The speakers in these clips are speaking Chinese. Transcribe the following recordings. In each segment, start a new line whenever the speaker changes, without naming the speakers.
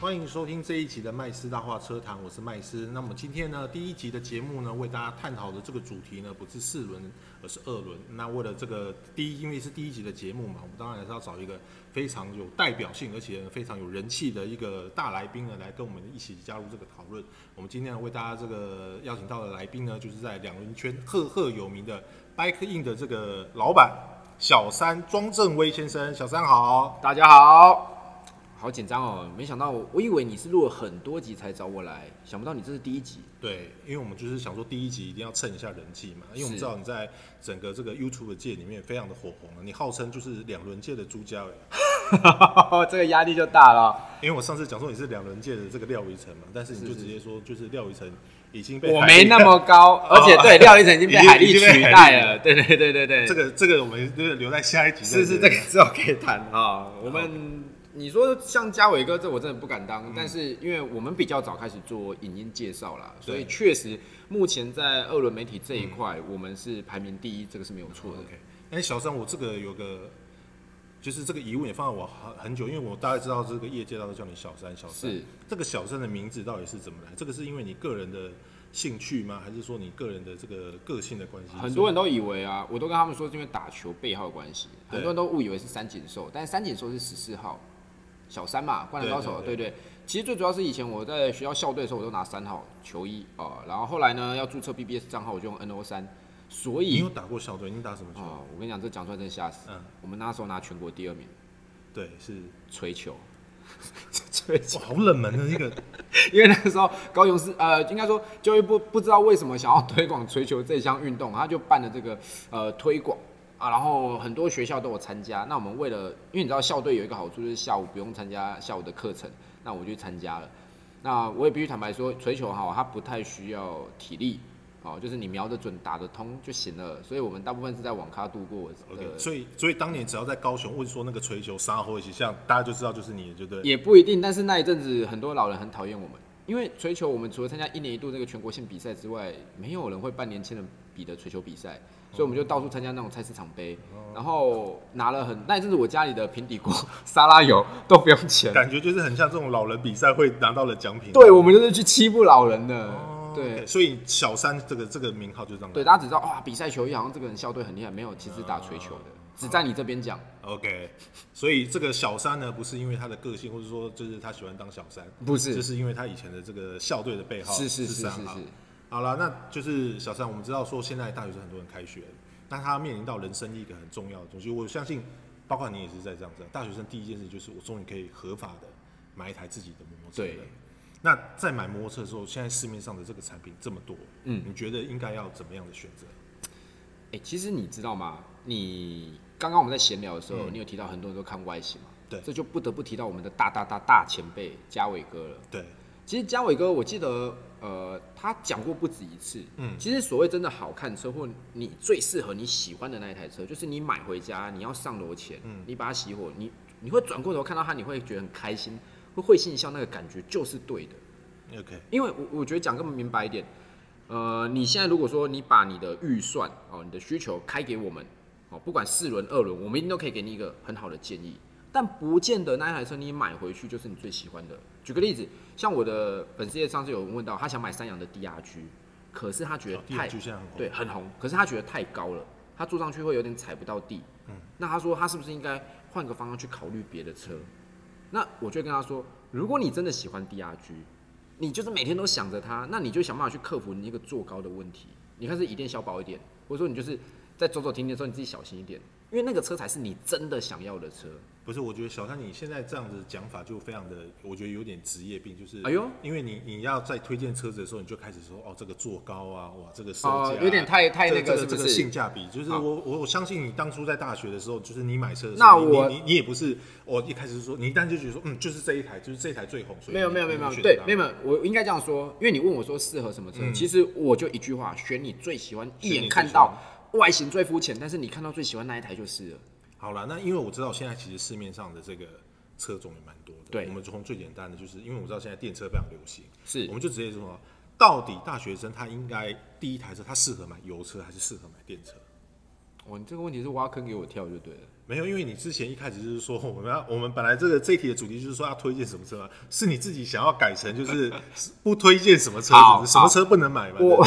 欢迎收听这一集的麦斯大话车谈，我是麦斯。那么今天呢，第一集的节目呢，为大家探讨的这个主题呢，不是四轮，而是二轮。那为了这个第一，因为是第一集的节目嘛，我们当然是要找一个非常有代表性，而且非常有人气的一个大来宾呢，来跟我们一起加入这个讨论。我们今天呢，为大家这个邀请到的来宾呢，就是在两轮圈赫赫有名的 Bike In 的这个老板小三庄正威先生。小三好，
大家好，好紧张哦！没想到我，我以为你是录了很多集才找我来，想不到你这是第一集。
对，因为我们就是想说第一集一定要蹭一下人气嘛，因为我们知道你在整个这个 YouTube 界里面非常的火红了，你号称就是两轮界的朱家伟，
这个压力就大了。
因为我上次讲说你是两轮界的这个廖一晨嘛，但是你
是
就是直接说就是廖一晨已经被
我
海
没
力
那么 高，而且对廖一晨已经被
已经
海丽
已经被
取
海
代了。对对对对对，
这个这个我们就是留在下一集再
是是
聊
这个之后可以谈啊、我们你说像嘉伟哥这我真的不敢当，但是因为我们比较早开始做影音介绍啦，所以
对
确实目前在二轮媒体这一块，我们是排名第一，这个是没有错的。
OK，哎，小三，我这个有个，就是这个疑问也放在我很很久，因为我大概知道这个业界大家都叫你小三，小三
是。
这个小三的名字到底是怎么来？这个是因为你个人的兴趣吗？还是说你个人的这个个性的关系？
很多人都以为啊，我都跟他们说是因为打球背号的关系，
对
很多人都误以为是三井寿，但是三井寿是十四号，小三嘛，灌篮高手，
对
对对。其实最主要是以前我在学校校队的时候，我都拿三号球衣啊、然后后来呢要注册 BBS 账号，我就用 NO 三，所
你
以
有打过校队？你打什么球？
哦，我跟你讲，这讲出来真吓死。
嗯
我们那时候拿全国第二名，
对，是
吹球，吹球，
哇，好冷门的一 个，
因为那个时候高雄市呃，应该说教育部不知道为什么想要推广吹球这项运动，他就办了这个呃推广啊，然后很多学校都有参加。那我们为了，因为你知道校队有一个好处就是下午不用参加下午的课程，那我就去参加了。那我也必须坦白说，锤球哈，它不太需要体力。哦，就是你瞄得准、打得通就行了，所以我们大部分是在网咖度过我
OK，
的
所以所以当年只要在高雄问说那个锤球杀或一起像大家就知道就是你，就对了。
也不一定，但是那一阵子很多老人很讨厌我们，因为锤球我们除了参加一年一度这个全国性比赛之外，没有人会办年轻人比的锤球比赛，所以我们就到处参加那种菜市场杯，然后拿了很那一阵子我家里的平底锅、沙拉油都不用钱，
感觉就是很像这种老人比赛会拿到了奖品。
对我们就是去欺负老人的，
哦
对
OK，。所以小三这个这个名号就这样来。
对，大家只知道哇，比赛球衣好像这个人校队很厉害，没有，其实打锤球的，只在你这边讲，
OK，所以这个小三呢，不是因为他的个性，或者说就是他喜欢当小三，
不是
这是因为他以前的这个校队的背号
是是是
三
是
号
是。
好了，那就是小三，我们知道说现在大学生很多人开学，那他面临到人生一个很重要的东西，我相信，包括你也是在这样子。大学生第一件事就是我终于可以合法的买一台自己的摩托车
对
了。那在买摩托车的时候，现在市面上的这个产品这么多，
嗯
你觉得应该要怎么样的选择？
哎、其实你知道吗？你刚刚我们在闲聊的时候，你有提到很多人都看外形嘛？
嗯对
这就不得不提到我们的大大大大前辈嘉伟哥了。
对，
其实嘉伟哥，我记得呃，他讲过不止一次。
嗯
其实所谓真的好看车，或你最适合你喜欢的那一台车，就是你买回家，你要上楼前，
嗯
你把它熄火，你你会转过头看到它，你会觉得很开心，会会心一笑，那个感觉就是对的。
，OK，
因为我我觉得讲更明白一点，呃，你现在如果说你把你的预算哦，你的需求开给我们哦，不管四轮、二轮，我们一定都可以给你一个很好的建议。但不见得那一台车你买回去就是你最喜欢的。举个例子，像我的粉丝页上次有人问到，他想买三洋的 DRG，可是他觉
哦
得
第
太、
二句现在很红
对，很红，可是他觉得太高了，他坐上去会有点踩不到地。嗯，那他说他是不是应该换个方向去考虑别的车？那我就跟他说，如果你真的喜欢 DRG，你就是每天都想着它，那你就想办法去克服你那个坐高的问题。你看是椅垫小薄一点，或者说你就是在走走停停的时候你自己小心一点，因为那个车才是你真的想要的车。
不是，我觉得小三你现在这样子讲法就非常的，我觉得有点职业病，就是
哎呦，
因为你你要在推荐车子的时候，你就开始说哦，这个坐高啊，哇，这个售价啊、
哦有点太太
这
那个
这
是不
这
是
个性价比，就是
好
我我我相信你当初在大学的时候，就是你买车的时
那
候，你
我
你你你也不是我一开始就说，你一旦就觉得说，嗯，就是这一台，就是这一台最红，所以
没有
你
没有没有
你
没有
选，
对啊
它，
没有没有，我应该这样说，因为你问我说适合什么车，其实我就一句话，嗯选你最喜欢，一
选你
眼
最
看到外形最肤浅，但是你看到最喜欢那一台就是了。
好了，那因为我知道现在其实市面上的这个车种也蛮多的。
对
我们从最简单的，就是因为我知道现在电车非常流行，
是
我们就直接说，到底大学生他应该第一台车他适合买油车还是适合买电车？
哦，你这个问题是挖坑给我跳就对了。
没有，因为你之前一开始就是说我们要，我们本来这个这一题的主题就是说要推荐什么车嘛，是你自己想要改成就是 不推荐什么车
好
子，什么车不能买嘛。
我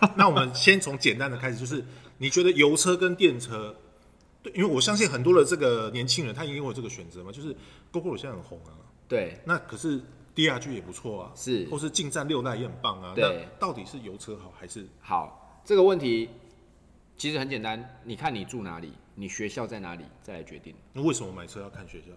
对那我们先从简单的开始，就是你觉得油车跟电车，对，因为我相信很多的这个年轻人他因为有这个选择嘛，就是 GoGo 现在很红啊，
对，
那可是 DRG 也不错啊，
是
或是进站六代也很棒啊。
对
那到底是油车好还是
好，这个问题其实很简单，你看你住哪里，你学校在哪里，再来决定。
那为什么买车要看学校？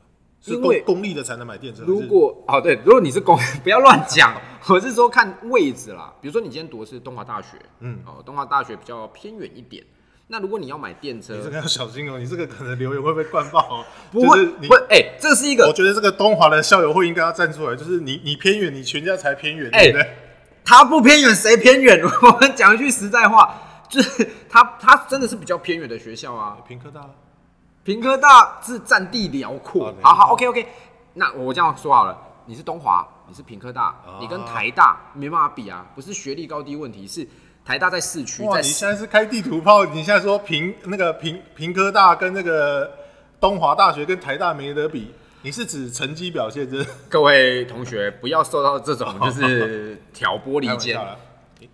是
因
公
为
公立的才能买电车？还是
如果哦对，如果你是公， 不要乱讲，我是说看位置啦。比如说你今天读的是东华大学，
嗯
哦，东华大学比较偏远一点。那如果你要买电车
你，这个要小心哦，你这个可能留言会被灌爆哦。
不
就
会
是你
不，会，哎、这是一
我
个
觉得这个东华的校友会应该要站出来，就是你你偏远，你全家才偏远，对
哎
不对？
他不偏远谁偏远？ 我们讲一句实在话，就是他他真的是比较偏远的学校啊。
平科大啊
平科大是占地辽阔
哦，没
好好，OK OK，那我这样说好了，你是东华，你是平科大，
哦
你跟台大没办法比啊，不是学历高低问题，是台大在市区，
哇，
在
你现在是开地图炮，你现在说平那个平平科大跟那个东华大学跟台大没得比，你是指成绩表现？真的
各位同学不要受到这 种就是挑拨离
开玩
间
笑。啦。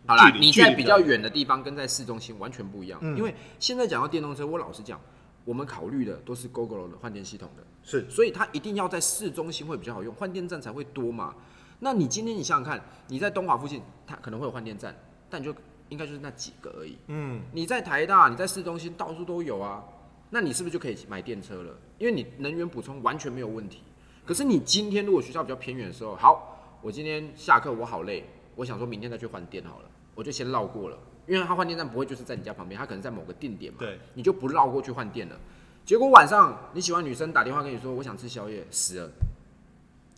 好啦
距，离
你
距
在
离
比较远的地方跟在市中心完全不一样，因为现在讲到电动车，我老实讲，我们考虑的都是 GoGo 的换电系统的，
是
所以它一定要在市中心会比较好用，换电站才会多嘛。那你今天你想想看，你在东华附近，它可能会有换电站，但你就应该就是那几个而已。
嗯，
你在台大，你在市中心到处都有啊，那你是不是就可以买电车了？因为你能源补充完全没有问题。可是你今天如果学校比较偏远的时候，好，我今天下课我好累，我想说明天再去换电好了，我就先绕过了，因为它换电站不会就是在你家旁边，它可能在某个定点嘛，
对，
你就不绕过去换电了。结果晚上你喜欢女生打电话跟你说我想吃宵夜，死了，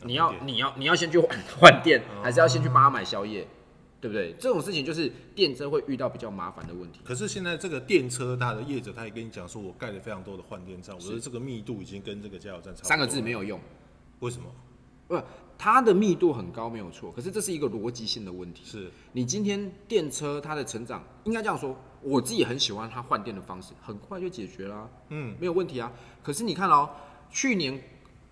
你要
换电
你要你要先去换换电，还是要先去帮他买宵夜，对不对？这种事情就是电车会遇到比较麻烦的问题。
可是现在这个电车，它的业者他也跟你讲说，我盖了非常多的换电站，我
是
觉得这个密度已经跟这个加油站差不多。
三个字没，有用，
为什么？
不，它的密度很高没有错，可是这是一个逻辑性的问题。
是
你今天电车它的成长，应该这样说，我自己很喜欢它换电的方式，很快就解决啦、
嗯，
没有问题啊。可是你看哦，去年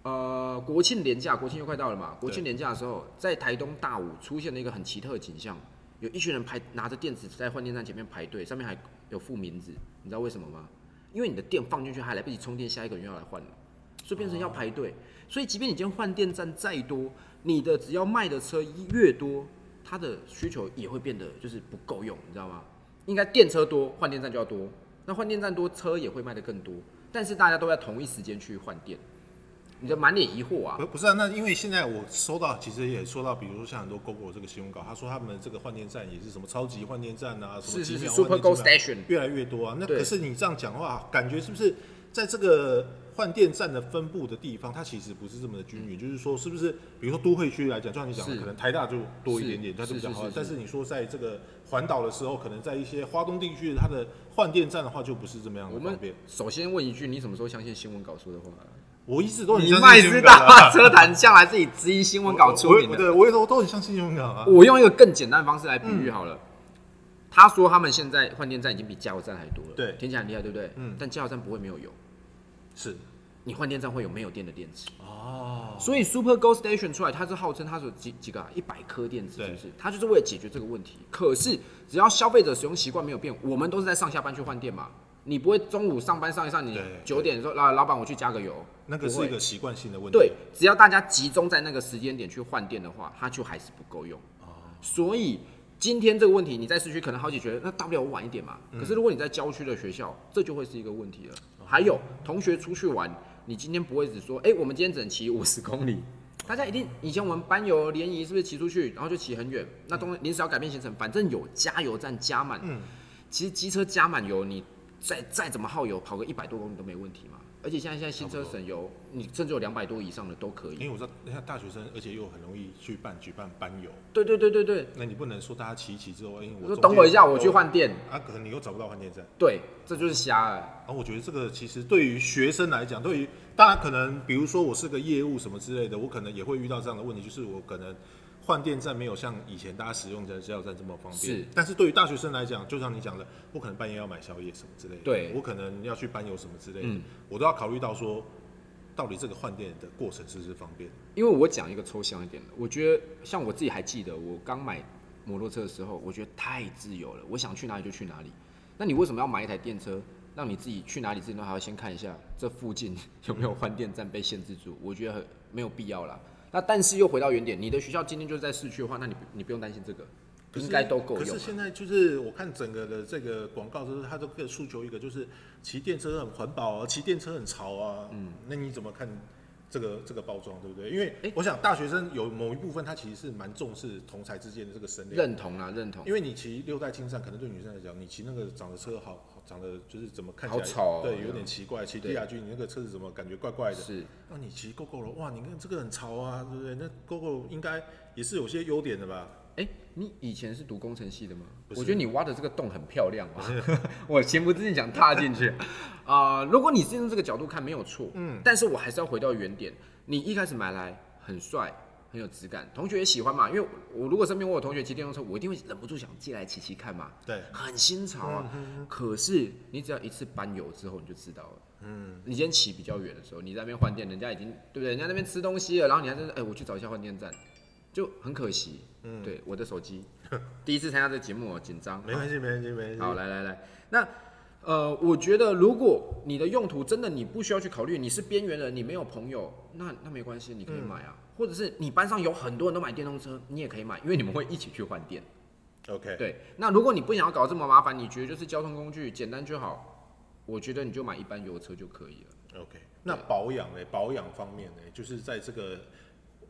呃国庆连假，国庆又快到了嘛，国庆连假的时候，在台东大武出现了一个很奇特的景象，有一群人排拿着电子在换电站前面排队，上面还有附名字，你知道为什么吗？因为你的电放进去还来不及充电，下一个人要来换了，所以变成要排队。所以即便你今天换电站再多，你的只要卖的车越多，它的需求也会变得就是不够用，你知道吗？应该电车多，换电站就要多。那换电站多，车也会卖得更多。但是大家都在同一时间去换电，你的满脸疑惑啊
不！不是啊，那因为现在我收到，其实也收到，比如说像很多 GoGo 这个新闻稿，他说他们这个换电站也是什么超级换电站啊，什么
是是
几
是
秒
，Super
换电
Go
几秒
Station
越来越多啊。那
对
可是你这样讲话，感觉是不是在这个换电站的分布的地方，它其实不是这么的均匀？就是说，是不是比如说都会区来讲，就像你讲的，
嗯是
可能台大就多一
是
点点，它就比较好
是是是。
但是你说在这个环岛的时候，可能在一些花东地区，它的换电站的话就不是这么样
我
的
们
方便。
首先问一句，你什么时候相信新闻稿说的话？
我一直都很
你
相信
麦
新
斯
闻稿
大
啊
话车坛向来自己质疑新闻稿出名
我我
的。
对，我也都都很相信新闻稿啊。
我用一个更简单的方式来比喻
嗯
好了。他说他们现在换电站已经比加油站还多了，
对
听起来很厉害，对不对？
嗯
但加油站不会没有油，
是
你换电站会有没有电的电池。
哦，
所以 Super Go Station 出来，它是号称它是有几几个啊，一百颗电池，
对
是不是？它就是为了解决这个问题。可是只要消费者使用习惯没有变，我们都是在上下班去换电嘛。你不会中午上班上一上，你
对
九点说啊老老板我去加个油，
那个
不
是
会
一个习惯性的问题。
对，只要大家集中在那个时间点去换电的话，它就还是不够用。
哦
所以今天这个问题，你在市区可能好解决，那大不了我晚一点嘛。
嗯
可是如果你在郊区的学校，这就会是一个问题了。
哦
还有同学出去玩，你今天不会只说，哎、我们今天只能骑五十公里。大家一定以前我们班有联谊，是不是骑出去，然后就骑很远？那东临时要改变行程，反正有加油站加满，
嗯
其实机车加满油，你再再怎么耗油，跑个一百多公里都没问题嘛。而且现在现在新车省油，你甚至有两百多以上的都可
因
以。
为我知道，你看大学生，而且又很容易去办举办班游，
对对对对对，
那你不能说大家骑一骑之后，因为
我
我
说
中间
等我一下，我去换电。
啊，可能你又找不到换电站。
对，这就是瞎了。
啊，我觉得这个其实对于学生来讲，对于当然可能，比如说我是个业务什么之类的，我可能也会遇到这样的问题，就是我可能换电站没有像以前大家使用的加油站这么方便。
是，
但是对于大学生来讲，就像你讲的，我可能半夜要买宵夜什么之类的，
对
我可能要去班游什么之类的，
嗯
我都要考虑到说，到底这个换电的过程是不是方便？
因为我讲一个抽象一点的，我觉得像我自己还记得，我刚买摩托车的时候，我觉得太自由了，我想去哪里就去哪里。那你为什么要买一台电车，让你自己去哪里之前都还要先看一下这附近有没有换电站被限制住？我觉得很没有必要啦。那但是又回到原点，你的学校今天就是在市区的话，那你不你不用担心这个，
可是
应该都够
可
用
是
啊。
现在就是我看整个的这个广告，就是它都可以诉求一个，就是骑电车很环保啊，骑电车很潮啊。嗯，那你怎么看这个这个包装，对不对？因为
诶
我想大学生有某一部分他其实是蛮重视同才之间的这个声量。
认同啦，认同
因。为你骑六代青山，可能对女生来讲，你骑那个长得车好，好长得就是怎么看起来啊
好吵哦
对，有点奇怪。骑
对
DRG，你那个车子怎么感觉怪怪的？
是，
那你骑 GoGo 了，哇，你看这个很潮啊，对不对？那 GoGo 应该也是有些优点的吧？
哎、你以前是读工程系的吗？
不
我
是
觉得你挖的这个洞很漂亮啊， 我情不自禁想踏进去。 啊、如果你是用这个角度看，没有错，嗯，但是我还是要回到原点。你一开始买来很帅，很有质感，同学也喜欢嘛。因为我如果身边我有同学骑电动车，我一定会忍不住想借来骑骑看嘛，
对，
很新潮啊。可是你只要一次班游之后，你就知道了。
嗯，
你今天骑比较远的时候，你在那边换电，人家已经对不对？人家那边吃东西了，然后你还在那哎、我去找一下换电站，就很可惜。
嗯
对，我的手机第一次参加这个节目，我紧 张。
没关系，没关系，没关系。
好，来来来，那呃，我觉得如果你的用途真的你不需要去考虑，你是边缘人，你没有朋友，那那没关系，你可以买啊。
嗯
或者是你班上有很多人都买电动车，你也可以买，因为你们会一起去换电。
OK，
对，那如果你不想要搞这么麻烦，你觉得就是交通工具简单就好，我觉得你就买一般油车就可以了。
OK，那保养呢？保养方面呢，就是在这个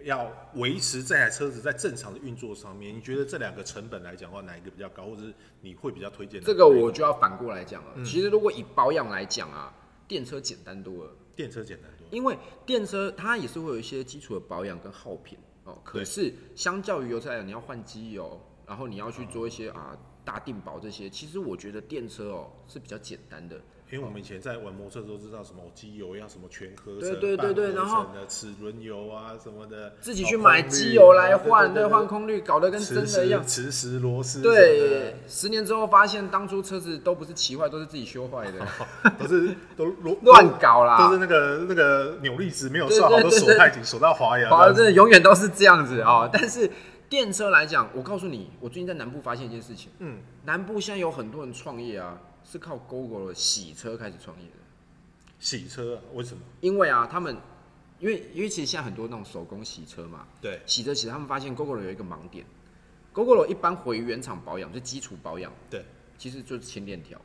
要维持这台车子在正常的运作上面，你觉得这两个成本来讲的话，哪一个比较高，或者是你会比较推荐哪一？
这个我就要反过来讲了。啊其实如果以保养来讲啊，电车简单多了。
电车简单多。
因为电车它也是会有一些基础的保养跟耗品哦，可
对
是相较于油车来讲，你要换机油，然后你要去做一些啊大定保这些，其实我觉得电车哦是比较简单的。
因为我们以前在玩摩托车都知道什么机油要什么全合成、
对对对对
半合
然
成的齿轮油啊什么的，
自己去买机油来换，
对
对，换哦空滤搞得跟真
磁
的
石
一样。
磁石螺丝，
对，，十年之后发现当初车子都不是骑坏，都是自己修坏 的，
都是都螺
乱搞啦。
都是那个那个扭力值没有算好，
啊对对
都
对
锁太紧，锁到滑牙。
好，真的永远都是这样子哦。但是电车来讲，我告诉你，我最近在南部发现一件事情，
嗯，
南部现在有很多人创业啊，是靠 GoGo 的洗车开始创业的，
洗车啊？为什么？
因为啊，他们因为因为其实现在很多那种手工洗车嘛，
对，
洗着洗着，他们发现 GoGo 有一个盲点，GoGo 一般回原厂保养，就基础保养，
对，
其实就是清链条，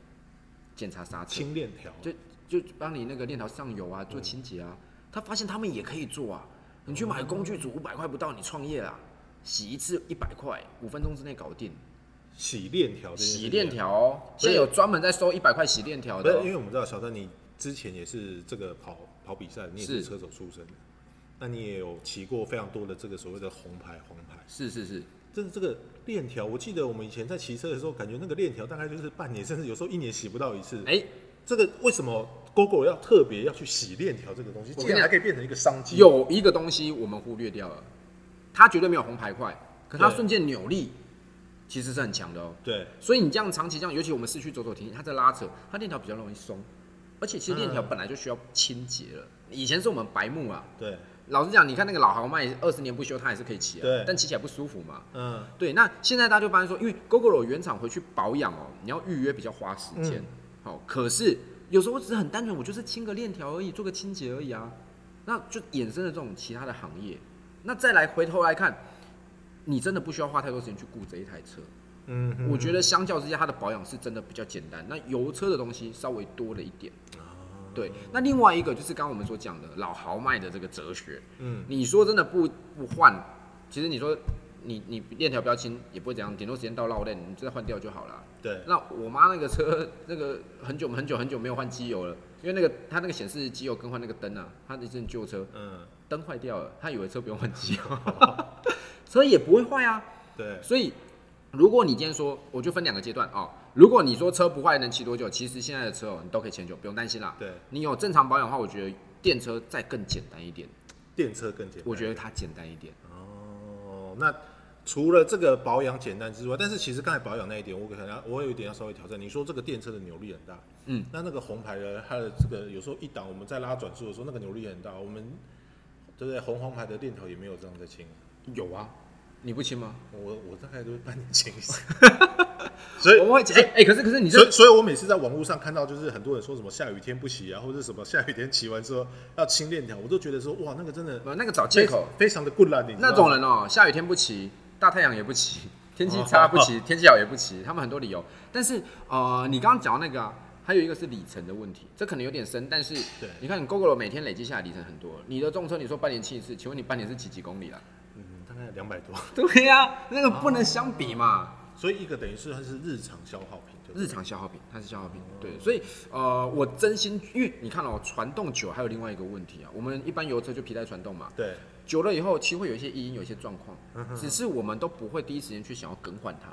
检查刹车，
轻链条。
就就帮你那个链条上油
嗯
啊，做清洁啊。他发现他们也可以做啊，你去买工
哦
具组五百块不到，你创业啊，洗一次一百块，五分钟之内搞定。
洗链条哦这件事情，
洗链条哦，现在有专门在收一百块洗链条
不
的
是
哦、
因为我们知道小邓你之前也是这个跑跑比赛，你也是
是
车手出身，那你也有骑过非常多的这个所谓的红牌、黄牌。
是是是，
真的这个链条，我记得我们以前在骑车的时候，感觉那个链条大概就是半年，甚至有时候一年洗不到一次。
哎、
这个为什么 GoGo 要特别要去洗链条这个东西？
我跟你
竟然还
讲
可以变成一个商机？
有一个东西我们忽略掉了，它绝对没有红牌快，可它
对
瞬间扭力其实是很强的哦。
对
所以你这样长期这样，尤其我们市区走走停停，它在拉扯，它链条比较容易松，而且其实链条
嗯
本来就需要清洁了。以前是我们白木啊，
对，
老实讲，你看那个老豪迈二十年不修，它也是可以骑啊，
对
但骑起来不舒服嘛。
嗯，
对，那现在大家就发现说，因为 GoGo 原厂回去保养哦，你要预约比较花时间
嗯。
好、可是有时候我只是很单纯，我就是清个链条而已，做个清洁而已啊，那就衍生了这种其他的行业。那再来回头来看，你真的不需要花太多时间去顾这一台车。
嗯哼，
我觉得相较之下，它的保养是真的比较简单。那油车的东西稍微多了一点。
哦
对，那另外一个就是刚刚我们所讲的老豪迈的这个哲学，
嗯，
你说真的不不换，其实你说你你链条标清也不会怎样，顶多时间到绕链，你就再换掉就好了。
对，
那我妈那个车，那个很久很久很久没有换机油了，因为那个它那个显示机油更换那个灯啊，它那是旧车，
嗯，
灯坏掉了，她以为车不用换机油， 车也不会坏啊。
对，
所以，如果你今天说，我就分两个阶段哦。如果你说车不坏能骑多久，其实现在的车哦，你都可以前久，不用担心啦。
对，
你有正常保养的话，我觉得电车再更简单一点，
电车更简单。
我觉得它简单一点。
哦，那除了这个保养简单之外，但是其实刚才保养那一点，我可能要我有一点要稍微挑战。你说这个电车的扭力很大，
嗯，
那那个红牌的它的这个有时候一档我们在拉转速的时候，那个扭力很大，我们对不对？红黄牌的链条也没有这样在清，
有啊，你不清吗？
我我大概都是半年清一次，所以
我们会哎哎，可是可 是你
所
这
以，所以我每次在网络上看到，就是很多人说什么下雨天不骑啊，或者什么下雨天骑完之后要清链条，我都觉得说哇，那个真的
呃那个找借口，
非常的困难，你知道吗
那种人哦，下雨天不骑，大太阳也不骑，天气差不骑，天气好也不骑，他们很多理由。但是呃，你刚刚讲到那个啊，还有一个是里程的问题，这可能有点深，但是
对
你看你 GoGo 每天累积下来里程很多，你的重车你说半年骑一次，请问你半年是骑几公里啊？
嗯，大概两百多，
对呀、哦那个不能相比嘛。
所以一个等于是它是日常消耗品，对不对
日常消耗品，它是消耗品，对，所以呃，我真心，因为你看哦，传动久还有另外一个问题啊，我们一般油车就皮带传动嘛，
对，
久了以后，其实会有一些异音，有一些状况，只是我们都不会第一时间去想要更换它。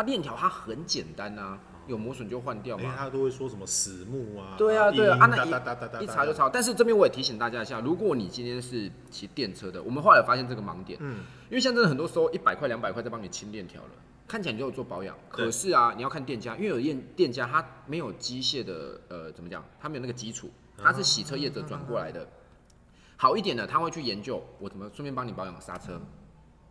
啊，链条它很简单啊，有磨损就换掉
因为
嘛。
他都会说什么死木啊，
对啊，对啊，啊，
一
那
哒哒哒哒哒
一一查就，查。但是这边我也提醒大家一下，如果你今天是骑电车的，我们后来发现这个盲点，
嗯，
因为现在真的很多收一百块、两百块在帮你清链条了，看起来你都有做保养，
对
可是啊，你要看店家，因为有店店家他没有机械的呃怎么讲，他没有那个基础，
啊
他是洗车业者转过来的。好一点的，他会去研究我怎么顺便帮你保养刹车，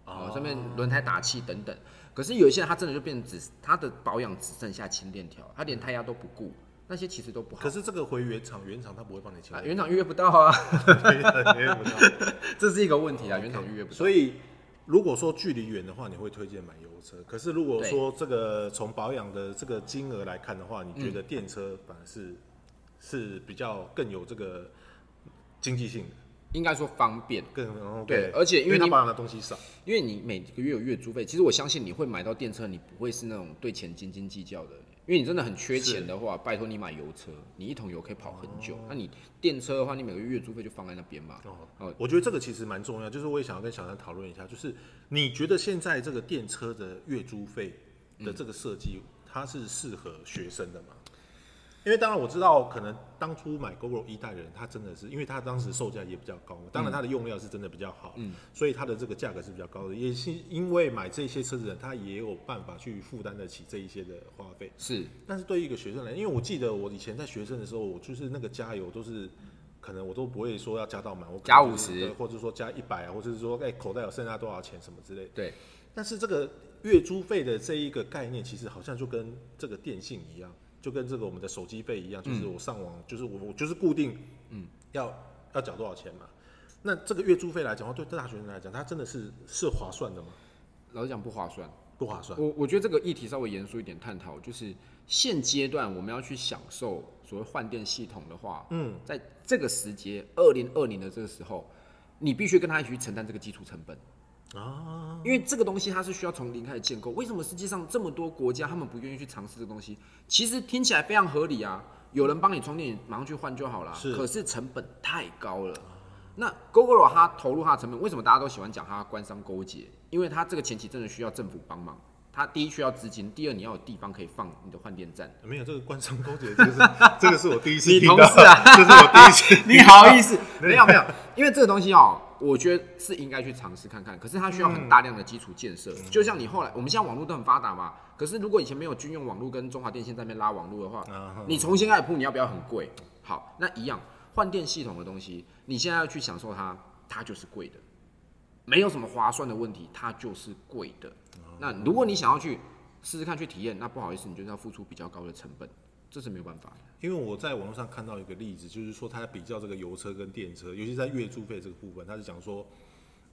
哦，顺便轮胎打气等等。可是有一些人他真的就变成只他的保养只剩下轻链条，他连胎压都不顾，那些其实都不好
可。是这个回原厂，原厂他不会帮你清
啊，，原厂预约不到啊，
原厂不到
这是一个问题啊，原厂预约不到。
所以如果说距离远的话，你会推荐买油车。可是如果说这个从保养的这个金额来看的话，你觉得电车反而是、是比较更有这个经济性的，
应该说方便，
更然后
对而且因为
它
你
保养的东西少，
因为你每个月有月租费，其实我相信你会买到电车，你不会是那种对钱斤斤计较的。因为你真的很缺钱的
嗯
话，拜托你买油车，你一桶油可以跑很久。那你电车的话，你每个月月租费就放在那边嘛。
哦，我觉得这个其实蛮重要，就是我也想要跟小三讨论一下，就是你觉得现在这个电车的月租费的这个设计，它是适合学生的吗？因为当然我知道，可能当初买 GoGo 一代的人，他真的是因为他当时售价也比较高，当然它的用料是真的比较好，所以它的这个价格是比较高的，也是因为买这些车子的人，他也有办法去负担得起这一些的花费。
是，
但是对于一个学生来，因为我记得我以前在学生的时候，我就是那个加油都是，可能我都不会说要加到满，我可能
加
就是
50
对或者说加一百啊，或者是说哎、口袋有剩下多少钱什么之类的。
对，
但是这个月租费的这一个概念，其实好像就跟这个电信一样，就跟这个我们的手机费一样，就是我上网，就是我我就是固定，嗯，要要缴多少钱嘛。那这个月租费来讲的话，对大学生来讲，它真的是是划算的吗？
老实讲不划算。
不划算。
我我觉得这个议题稍微严肃一点探讨，就是现阶段我们要去享受所谓换电系统的话，
嗯，
在这个时节，二零二零的这个时候，你必须跟他一起去承担这个基础成本。
啊，
因为这个东西它是需要从零开始建构。为什么世界上这么多国家他们不愿意去尝试这个东西？其实听起来非常合理啊，有人帮你充电，你马上去换就好了。
是
可是成本太高了。那 GoGo 它投入它的成本，为什么大家都喜欢讲它官商勾结？因为它这个前期真的需要政府帮忙。它第一需要资金，第二你要有地方可以放你的换电站。
没有这个官商勾结，这个是这个是我第一次
你
听
同
到，
事啊
这是我第一 次听到。
你好意思？没有没有，因为这个东西哦，我觉得是应该去尝试看看。可是它需要很大量的基础建设，
嗯
就像你后来，我们现在网络都很发达嘛。可是如果以前没有军用网络跟中华电信在那边拉网络的话，
啊哈
你重新开始铺，你要不要很贵？好，那一样换电系统的东西，你现在要去享受它，它就是贵的，没有什么划算的问题，它就是贵的。
嗯
那如果你想要去试试看去体验，那不好意思，你就是要付出比较高的成本，这是没有办法的。
因为我在网络上看到一个例子，就是说他比较这个油车跟电车，尤其在月租费这个部分，他是讲说，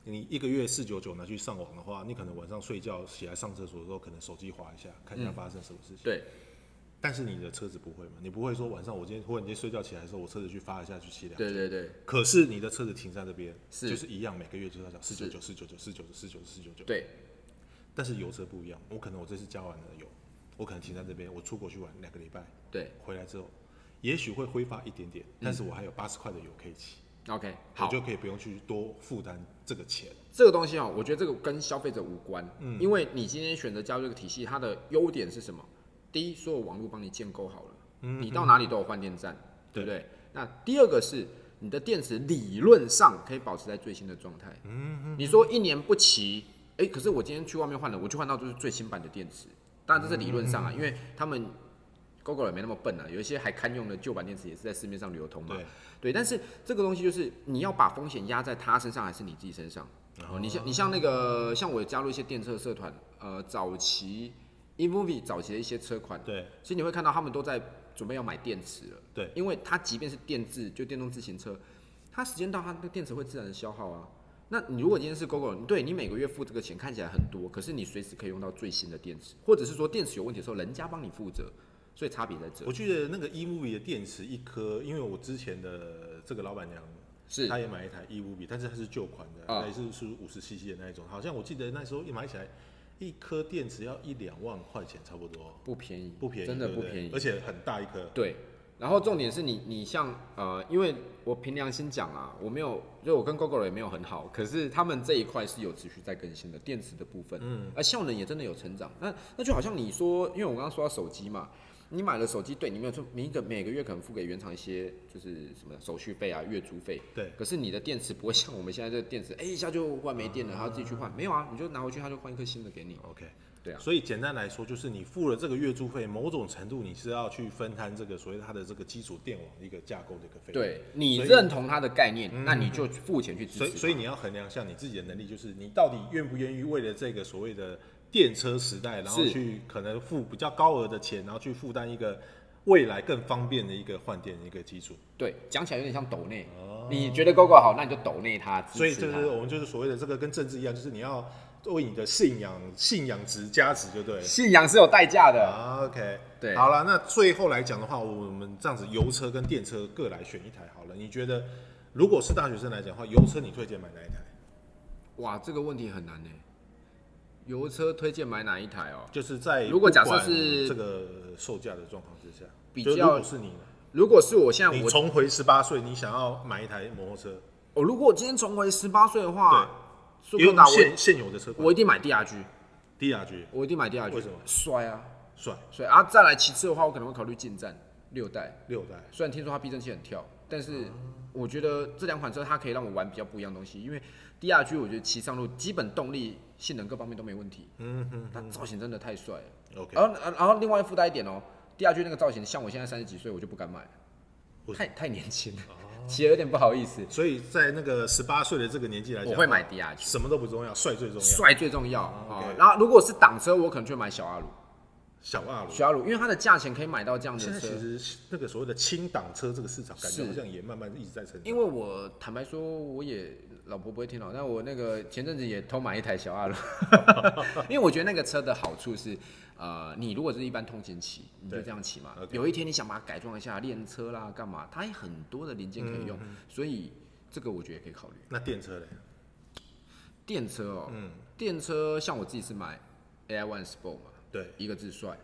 你一个月四九九拿去上网的话，你可能晚上睡觉起来上厕所的时候，可能手机划一下，看一下发生什么事情。
嗯对，
但是你的车子不会嘛，你不会说晚上我今天忽然间睡觉起来的时候，我车子去发一下去骑两。
对对对。
可是你的车子停在这边，
是
就是一样，每个月就是要讲四九九、四九九、四九九、四九九、四九九。
对，
但是油车不一样，我可能我这次加完了油，我可能停在这边，我出国去玩两个礼拜，
对
回来之后，也许会挥发一点点，但是我还有八十块的油可以骑，
，OK，
我
嗯好，
就可以不用去多负担这个钱。
这个东西哦，我觉得这个跟消费者无关，嗯，因为你今天选择加入这个体系，它的优点是什么？第一，所有网络帮你建构好了，嗯，你到哪里都有换电站，对不对？那第二个是嗯你的电池理论上可以保持在最新的状态，嗯，你说一年不骑，哎、哎、可是我今天去外面换了，我就换到就是最新版的电池。当然这是理论上啊，因为他们 GoGo 也没那么笨啊，有一些还堪用的旧版电池也是在市面上流通嘛。
对，
对，但是这个东西就是你要把风险压在他身上还是你自己身上？哦，你像你像那个像我加入一些电车社团，呃，早期 eMovie 早期的一些车款，
对
其实你会看到他们都在准备要买电池了。
对
因为它即便是电自就电动自行车，它时间到它那个电池会自然的消耗啊。那你如果今天是 GoGo，对你每个月付这个钱看起来很多，可是你随时可以用到最新的电池，或者是说电池有问题的时候，人家帮你负责，所以差别在这
我。记得那个 eMovie 的电池一颗，因为我之前的这个老板娘，
是
她也买一台 eMovie，但是它是旧款
啊
的，也是是五十 CC 的那一种，好像我记得那时候一买起来，一颗电池要一两万块钱差不多，
不便宜，
不便宜，
真的
对
不
不
便宜
对而。且很大一颗，
对，然后重点是你，你像呃，因为我凭良心讲啊，我没有，就我跟 GoGo 也没有很好，可是他们这一块是有持续在更新的电池的部分，嗯，而效能也真的有成长。那那就好像你说，因为我刚刚说到手机嘛，你买了手机，对你没有错，你一个每个月可能付给原厂一些就是什么手续费啊、月租费，
对
可是你的电池不会像我们现在这个电池，哎、一下就换没电了，还要自己去换，没有啊，你就拿回去，他就换一颗新的给你，
，OK。
对啊，
所以简单来说，就是你付了这个月租费，某种程度你是要去分摊这个所谓它的这个基础电网的一个架构的一个费用。
对你
所以嗯
认同他的概念，那你就付钱去支持
所以，
它
所以你要衡量一下你自己的能力，就是你到底愿不愿意为了这个所谓的电车时代，然后
是
去可能付比较高额的钱，然后去负担一个未来更方便的一个换电的一个基础。
对，讲起来有点像抖内。你觉得 GoGo 好，那你就抖内它，支
哦
持
所以，就
它
是我们就是所谓的这个跟政治一样，就是你要为你的信仰信仰值加值，就对了。
信仰是有代价的。
啊 OK，
对
好了，那最后来讲的话，我们这样子油车跟电车各来选一台好了。你觉得如果是大学生来讲的话，油车你推荐买哪一台？
哇，这个问题很难呢。油车推荐买哪一台哦？
就是在
如果假设
不管
是
这个售价的状况之下，
比
就
较
如果是你呢，
如果是我现在
你
我
重回十八岁，你想要买一台摩托车，
我如果我今天重回十八岁的话，说不
因为
定那
现
我
现有的车款
我一定买 DRG，
，DRG
我一定买 DRG。
为什么
帅啊！
帅
帅啊！再来其次的话，我可能会考虑进站六代，
六代，
虽然听说它避震器很跳，但是
哦
我觉得这两款车它可以让我玩比较不一样的东西，因为 DRG 我觉得骑上路基本动力、性能各方面都没问题，
嗯哼
但造型真的太帅了。
，OK，
然后，然后然后另外附带一点哦，DRG 那个造型，像我现在三十几岁，我就不敢买
为，什哦
太太年轻 了，骑得有点不好意思。
所以在那个十八岁的这个年纪来讲，
我会买，DRG，
什么都不重要，帅最重要，
帅最重要啊、
哦，OK
然后如果是挡车，我可能就买小阿鲁，
小阿鲁。
小阿鲁，因为它的价钱可以买到这样的
现在
车
其。实那个所谓的轻档车这个市场，感觉
是
好像也慢慢一直在成长
因。为我坦白说，我也老婆不会听到，但我那个前阵子也偷买一台小阿鲁， 因为我觉得那个车的好处是，呃，你如果是一般通勤骑，你就
对
这样骑嘛。
OK
有一天你想把它改装一下，练车啦，干嘛？它有很多的零件可以
嗯
用，所以这个我觉得也可以考虑。
那电车嘞，
电车哦，
嗯，
电车像我自己是买 AI One Sport 嘛，
对，
一个字帅，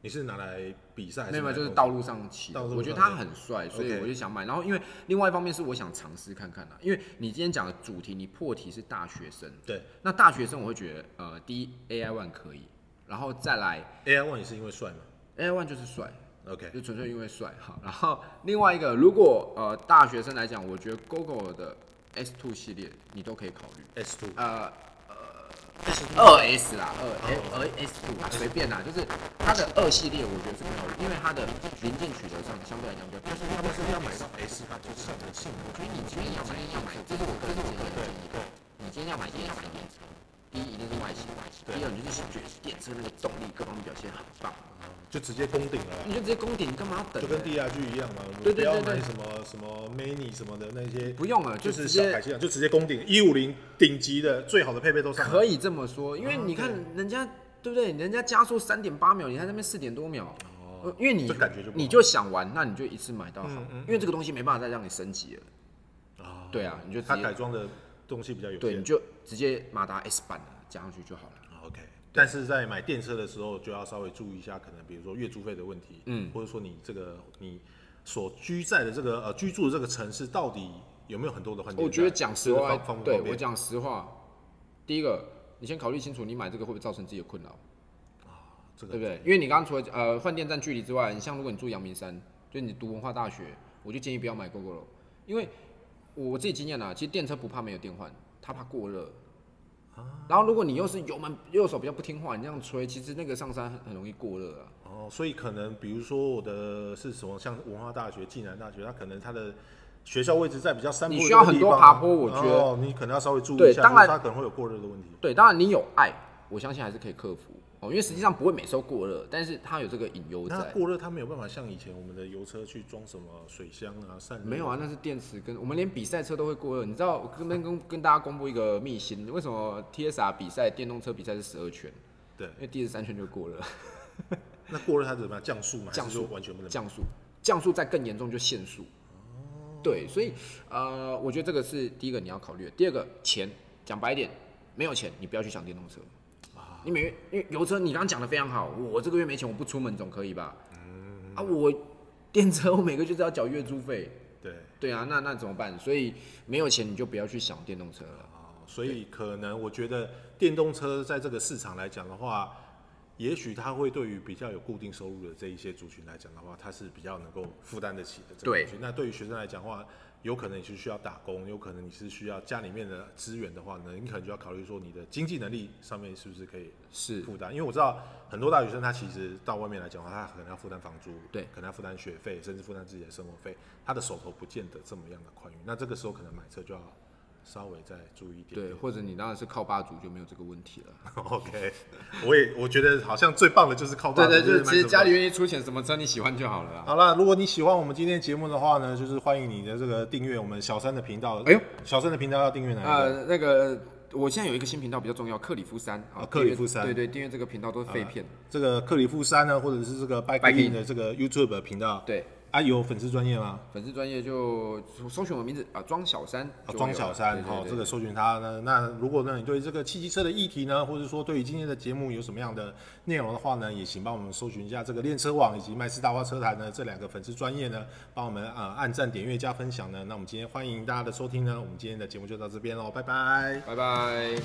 你是拿来比赛还
没有没
拿来
有就是
工
道路上骑的，
道路上
我觉得它很帅，
的
所以
OK
我就想买。然后因为另外一方面是我想尝试看看啊，因为你今天讲的主题，你破题是大学生，
对
那大学生我会觉得，呃，第一 AI One 可以，然后再来
AI One 也是因为帅嘛
AI One 就是帅，
？OK，
就纯粹因为帅哈。然后另外一个，如果呃大学生来讲，我觉得 GoGo 的 S Two 系列你都可以考虑。
S Two
呃二 S 啦，
哦
二 S 二 S two 啊，随便啦，就是它的二系列，我觉得是可以考虑，因为它的零件取得上相对来讲比较便宜。
但是要买到 S，它就是很有性
所以你今天要买，要买，这是我个人建议的建议。你今天要买，今天要买电池，第一一定是外形，第二你就是觉得电车那个动力各方面表现很棒，
就直接攻顶了啦
你，就直接攻顶，你干嘛要等
嗯就
呢？
跟 DRG 一样嘛，
嗯对对对
不要买
对
什么什么 Mini 什么的那些，
不用了，
就
直
是小
接
排气量就直接攻顶，一五零顶级的最好的配备都上来，
可以这么说，因为
哦
你看人家，对不对？人家加速三点八秒，你看那边四点多秒，呃因为你
哦这感觉就不好嗯
你就想玩，那你就一次买到好，因为这个东西没办法再让你升级了。
啊，
对啊，你就直
它改
接
装的东西比较有
对，你
限。
就直接马达 S 版的加上去就好了。
OK，但是在买电车的时候就要稍微注意一下，可能比如说月租费的问题，嗯，或者说你这个你所居在的这个呃居住的这个城市到底有没有很多的换电站？
我觉得讲实
这个
话
方方，不
对
方便
我讲实话，第一个你先考虑清楚，你买这个会不会造成自己的困扰，
这个
对不对？因为你刚刚除了呃换电站距离之外，你像如果你住阳明山，就你读文化大学，我就建议不要买 GoGo 了，因为我自己经验啊，其实电车不怕没有电换，它怕过热。然后如果你又是油门右手比较不听话，你这样吹，其实那个上山很很容易过热啊。
哦，所以可能比如说我的是什么，像文化大学、暨南大学，它可能它的学校位置在比较山坡
你
的
需要很
地
多
方
爬坡我觉得
哦、你可能要稍微注意
对
一下，
当然
就是它可能会有过热的问题。
对，当然你有爱，我相信还是可以克服哦，因为实际上不会每次都过热，但是它有这个隐忧
那
在。
过热它没有办法像以前我们的油车去装什么水箱啊、散热
没有啊，那是电池跟我们连比赛车都会过热。你知道，我跟跟跟大家公布一个秘辛，为什么 TSR 比赛电动车比赛是十二圈？
对，
因为第十三圈就过热，
那过热它怎么样降速嘛？
降速
还是说完全不能。
降速，降速再更严重就限速。对，所以呃，我觉得这个是第一个你要考虑的。第二个，钱，讲白一点，没有钱你不要去想电动车。你每月因为油车，你刚刚讲的非常好，我这个月没钱，我不出门总可以吧？啊，我电车我每个月就是要缴月租费，
对，
对啊，那那怎么办？所以没有钱你就不要去想电动车了。
哦所以可能我觉得电动车在这个市场来讲的话，也许它会对于比较有固定收入的这一些族群来讲的话，它是比较能够负担得起的这个
对
族群。那对于学生来讲的话，有可能你是需要打工，有可能你是需要家里面的资源的话呢，你可能就要考虑说你的经济能力上面是不是可以
是
负担，因为我知道很多大学生他其实到外面来讲的话，他可能要负担房租，
对
可能要负担学费，甚至负担自己的生活费，他的手头不见得这么样的宽裕。那这个时候可能买车就要稍微再注意一点
对，
点。
或者你当然是靠霸主就没有这个问题了。
OK，我也我觉得好像最棒的就是靠爸
对
爸，
对， 就
买
是其实
什么
家里愿意出钱，什么车你喜欢就好了啊。
好了，如果你喜欢我们今天节目的话呢，就是欢迎你的这个订阅我们小三的频道。
哎呦，
小三的频道要订阅哪一个？
呃，那个我现在有一个新频道比较重要，克里夫山
啊
啊，
克里夫山
对对，订阅这个频道都是废片，
这个克里夫山呢，或者是这个 Bike
Bike
In 的这个 YouTube 的频道。
对，
啊，有粉丝专业吗？
粉丝专业就搜寻我名字啊，庄小山
啊
就有了，
庄小山
对对
哈、哦，
对
这个搜寻他呢。那如果呢，你对这个汽机车的议题呢，或者说对于今天的节目有什么样的内容的话呢，也请帮我们搜寻一下这个练车网以及麦斯大花车坛呢这两个粉丝专业呢，帮我们啊、呃按赞、点阅、加分享呢。那我们今天欢迎大家的收听呢，我们今天的节目就到这边喽，拜拜。
拜拜。